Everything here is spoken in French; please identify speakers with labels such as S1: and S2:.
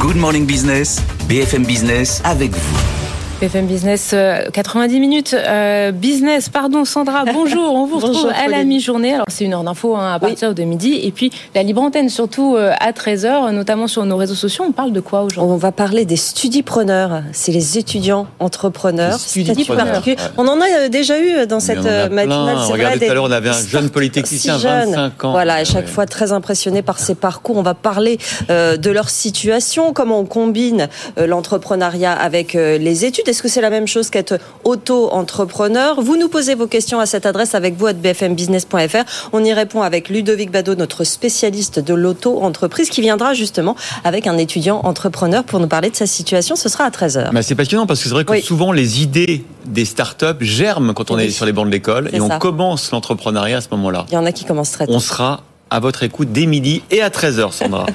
S1: Good Morning Business, BFM Business avec vous.
S2: BFM Business, euh, 90 minutes. euh, business, pardon Sandra, bonjour. On vous retrouve
S3: Bonjour,
S2: à la
S3: Pauline.
S2: mi-journée. Alors c'est une heure d'info hein, à partir de midi. Et puis la libre antenne, surtout euh, à 13h, notamment sur nos réseaux sociaux. On parle de quoi aujourd'hui
S3: On va parler des studipreneurs. C'est les étudiants entrepreneurs.
S4: Les studipreneurs,
S3: statut particulier.
S4: ouais.
S3: On en a euh, déjà eu dans cette
S4: Mais on en a
S3: euh, matinale.
S4: plein.
S3: c'est
S4: Regardez,
S3: vrai, des-
S4: tout à l'heure, on avait un
S3: des
S4: jeune polytechnicien,
S3: si jeunes.
S4: 25 ans. Ah
S3: Voilà, à chaque
S4: Ouais.
S3: fois très impressionné par ses parcours. On va parler euh, de leur situation, comment on combine euh, l'entrepreneuriat avec euh, les études. Est-ce que c'est la même chose qu'être auto-entrepreneur Vous nous posez vos questions à cette adresse avec vous à bfmbusiness.fr. On y répond avec Ludovic Bado, notre spécialiste de l'auto-entreprise, qui viendra justement avec un étudiant entrepreneur pour nous parler de sa situation. Ce sera à 13h.
S4: Mais c'est passionnant parce que c'est vrai que
S3: Oui.
S4: souvent les idées des startups germent quand on
S3: Oui.
S4: est sur les bancs de l'école
S3: C'est
S4: et on
S3: ça.
S4: commence l'entrepreneuriat à ce moment-là.
S3: Il y en a qui commencent très tôt.
S4: On sera à votre écoute dès midi et à 13h, Sandra.